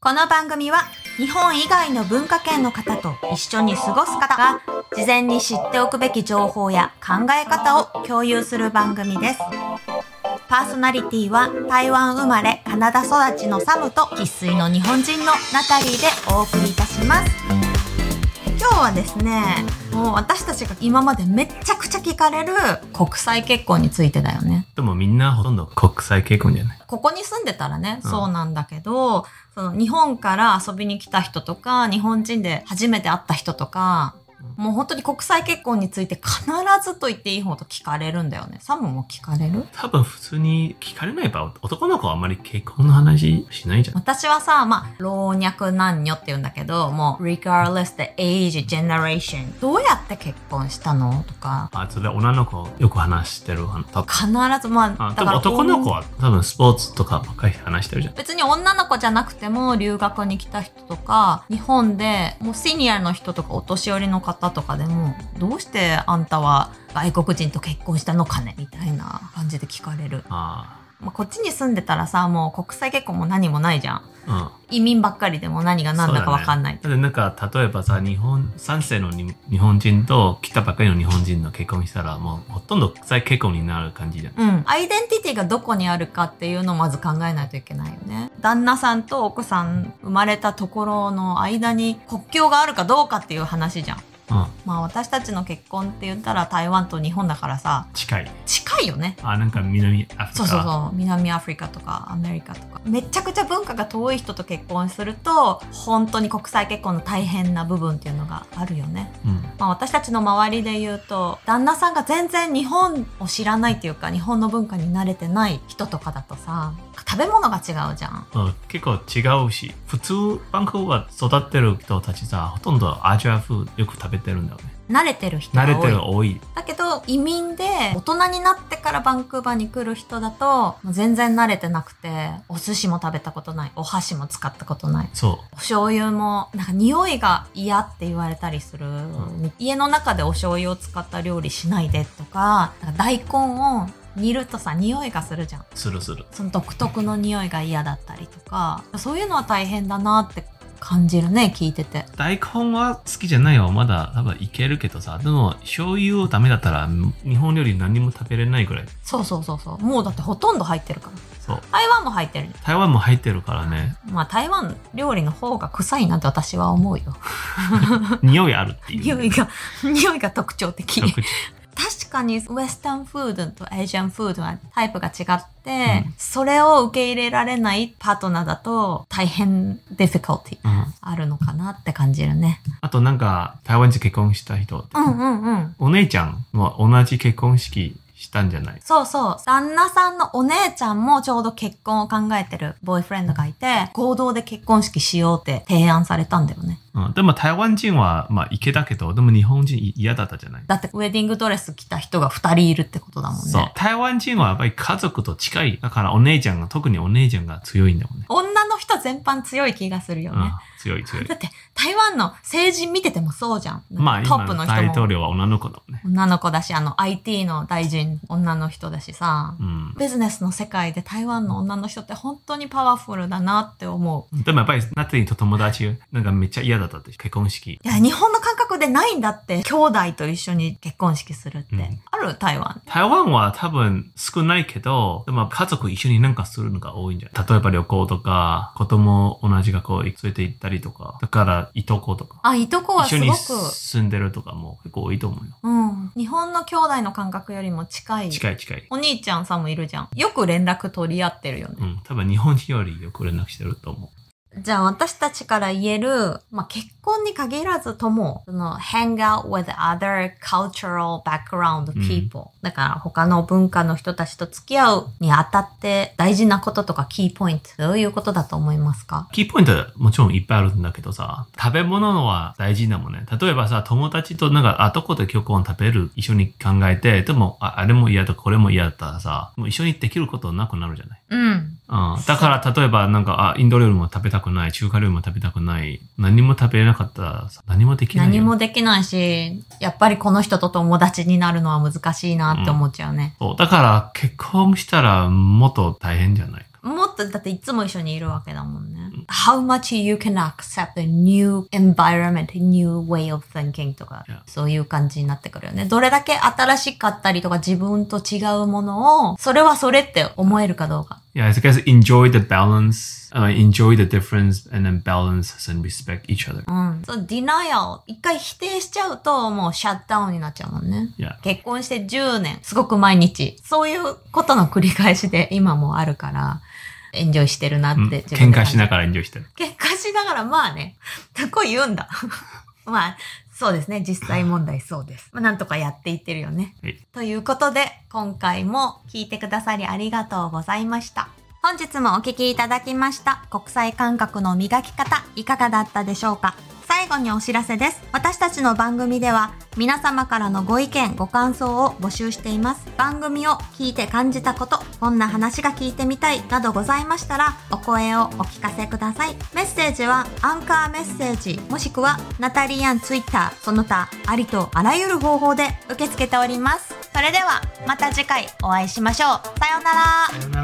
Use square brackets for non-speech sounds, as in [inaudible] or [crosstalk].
この番組は日本以外の文化圏の方と一緒に過ごす方が事前に知っておくべき情報や考え方を共有する番組です。パーソナリティは台湾生まれカナダ育ちのサムと生粋の日本人のナタリーでお送りいたします。今日はですね、もう私たちが今までめっちゃくちゃ聞かれる国際結婚についてだよね。でもみんなほとんど国際結婚じゃない。ここに住んでたらね、うんそうなんだけど、その日本から遊びに来た人とか、日本人で初めて会った人とか、もう本当に国際結婚について必ずと言っていいほど聞かれるんだよね。サムも聞かれる多分普通に聞かれないば男の子はあんまり結婚の話しないじゃん。私はさ、まあ、老若男女って言うんだけど、もう、regardless the age, generation, どうやって結婚したのとか、あ、それ女の子よく話してる話。た必ず、まあ、あ多分男の子は多分スポーツとかばっかり話してるじゃん。別に女の子じゃなくても留学に来た人とか日本でもうシニアの人とかお年寄りの方とかでもどうしてあんたは外国人と結婚したのかねみたいな感じで聞かれる、あまあ、こっちに住んでたらさもう国際結婚も何もないじゃんあ、移民ばっかりでも何がうん。何だかわかんない、そうだね、だってなんか例えばさ、日本、3世のに日本人と来たばっかりの日本人の結婚したらもうほとんど国際結婚になる感じじゃん。うん。アイデンティティがどこにあるかっていうのをまず考えないといけないよね。旦那さんと奥さん生まれたところの間に国境があるかどうかっていう話じゃん。うん。まあ私たちの結婚って言ったら台湾と日本だからさ、近い。近いよね。あ、なんか南アフリカ。そうそうそう。南アフリカとかアメリカとか。めちゃくちゃ文化が遠い人と結婚すると、本当に国際結婚の大変な部分っていうのがあるよね。うん。まあ私たちの周りで言うと、旦那さんが全然日本を知らないっていうか、日本の文化に慣れてない人とかだとさ、食べ物が違うじゃん。うん結構違うし、普通、バンクーバー育ってる人たちさ、ほとんどアジア風よく食べてるんだよね。慣れてる人が慣多い。れてる多い。だけど移民で大人になってからバンクーバーに来る人だともう全然慣れてなくてお寿司も食べたことないお箸も使ったことないそお醤油もなんか匂いが嫌って言われたりする、ん家の中でお醤油を使った料理しないでとかなんか大根を煮るとさ匂いがするじゃんう、するする。その独特の匂いが嫌だったりとかそういうのは大変だなって感じるね聞いてて大根は好きじゃないよ。まだ多分いけるけどさ。でも、醤油ダメだったら、日本料理何も食べれないぐらい。そうそうそうそうもうだってほとんど入ってるからそう。台湾も入ってる台湾も入ってるからね。まあ台湾料理の方が臭いなって私は思うよ。匂いあるっていう。匂いが、 [laughs] 匂いが特徴的。特徴。確かにウエスタンフードとアジアンフードはタイプが違って、うんそれを受け入れられないパートナーだと大変ディフィカルティうん。あるのかなって感じるね。あとなんか、台湾人結婚した人って、うんうんうん。お姉ちゃんも同じ結婚式したんじゃないそうそう。旦那さんのお姉ちゃんもちょうど結婚を考えてるボーイフレンドがいて、合同で結婚式しようって提案されたんだよね。うん、でも台湾人は、まあ、いけたけど、でも日本人い嫌だったじゃない、だってウェディングドレス着た人が2人いるってことだもんね。そう。台湾人はやっぱり家族と近い。だからお姉ちゃんが、特にお姉ちゃんが強いんだもんね。女の人全般強い気がするようんね。、強い強いだ。って台湾の政治見ててもそうじゃん。まあ、ト今ップのの人大統も領は女の子だもんね。女の子だし、あの IT の大臣女の人だしさ。うん。ビジネスの世界で台湾の女の人って本当にパワフルだなって思う。でもやっぱり、ナティと友達、なんかめっちゃ嫌だったって、結婚式。いや、日本の感覚でないんだって。兄弟と一緒に結婚式するって。うんある台湾。台湾は多分少ないけど、でも家族一緒になんかするのが多いんじゃない例えば旅行とか、子供同じ学校連れて行ったりとか、だからいとことか、あ、いとこは一す緒にごく、住んでるとかも結構多いと思うよ。うん。日本の兄弟の感覚よりも近い。近い近い。お兄ちゃんさんもいるじゃん。よく連絡取り合ってるよね。うん、多分日本人よりよく連絡してると思じゃあ私たちから言える、まあ、結婚に限らずとも、その hang out with other cultural background people、だから他の文化の人たちと付き合うにあたって大事なこととかキーポイントどういうことだと思いますかう。キーポイントはもちろんいっぱいあるんだけどさ、食べ物のは大事だもんね。例えばさ、友達となんか、あ、どこで今日ご飯食べる一緒に考えて、でも、ああれも嫌だ、これも嫌だったらさ、もう一緒にできることなくなるじゃない。うん。うん、だから、例えばなんか、あ、インド料理も食べたくない、中華料理も食べたくない、何も食べれなかったらさ、何もできないよ。何もできないし、やっぱりこの人と友達になるのは難しいなって思っちゃうね。そう。だから、結婚したらもっと大変じゃないもっとだっていつも一緒にいるわけだもんね。How much you can accept a new environment, new way of thinking とか Yeah.、そういう感じになってくるよね。どれだけ新しかったりとか自分と違うものを、それはそれって思えるかどうか。 Yeah, it's like guys enjoy the balance, uh, enjoy the difference, and then balance and respect each other. うん。そう、ディナイアを一回否定しちゃうと、もうシャッダウンになっちゃうもんね。 Yeah. 結婚して10年、すごく毎日、そういうことの繰り返しで今もあるから、エンジョイしてるなっうんて自分喧で感嘩じしながら遠慮してる。喧嘩しながら、まあね、たこ言うんだ。 [laughs] まあ、そうですね。実際問題そうです。まあ、なんとかやっていってるよねはい。ということで、今回も聞いてくださりありがとうございました。本日もお聞きいただきました国際感覚の磨き方いかがだったでしょうか最後にお知らせです。私たちの番組では皆様からのご意見、ご感想を募集しています。番組を聞いて感じたこと、こんな話が聞いてみたいなどございましたら、お声をお聞かせください。メッセージはアンカーメッセージ、もしくはナタリーアンツイッター、その他ありとあらゆる方法で受け付けております。それではまた次回お会いしましょう。さようなら。さよなら。